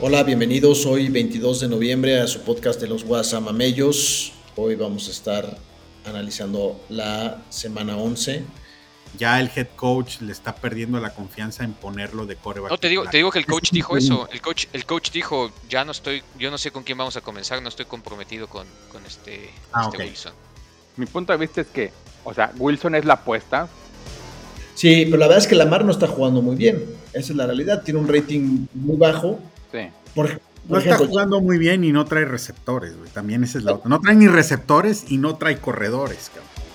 Hola, bienvenidos. Hoy 22 de noviembre a su podcast de los Guasamamellos. Hoy vamos a estar analizando la semana 11. Ya el head coach le está perdiendo la confianza en ponerlo de coreback. No te digo, te digo que el coach dijo eso. El coach, el coach dijo, ya no estoy, yo no sé con quién vamos a comenzar, no estoy comprometido con, con este, Ah, este ok. Wilson. Mi punto de vista es que, o sea, Wilson es la apuesta. Sí, pero la verdad es que Lamar no está jugando muy bien. Esa es la realidad. Tiene un rating muy bajo. Sí. Por, No por está ejemplo, jugando muy bien y no trae receptores, güey. También esa es la otra. No trae ni receptores y no trae corredores, cabrón.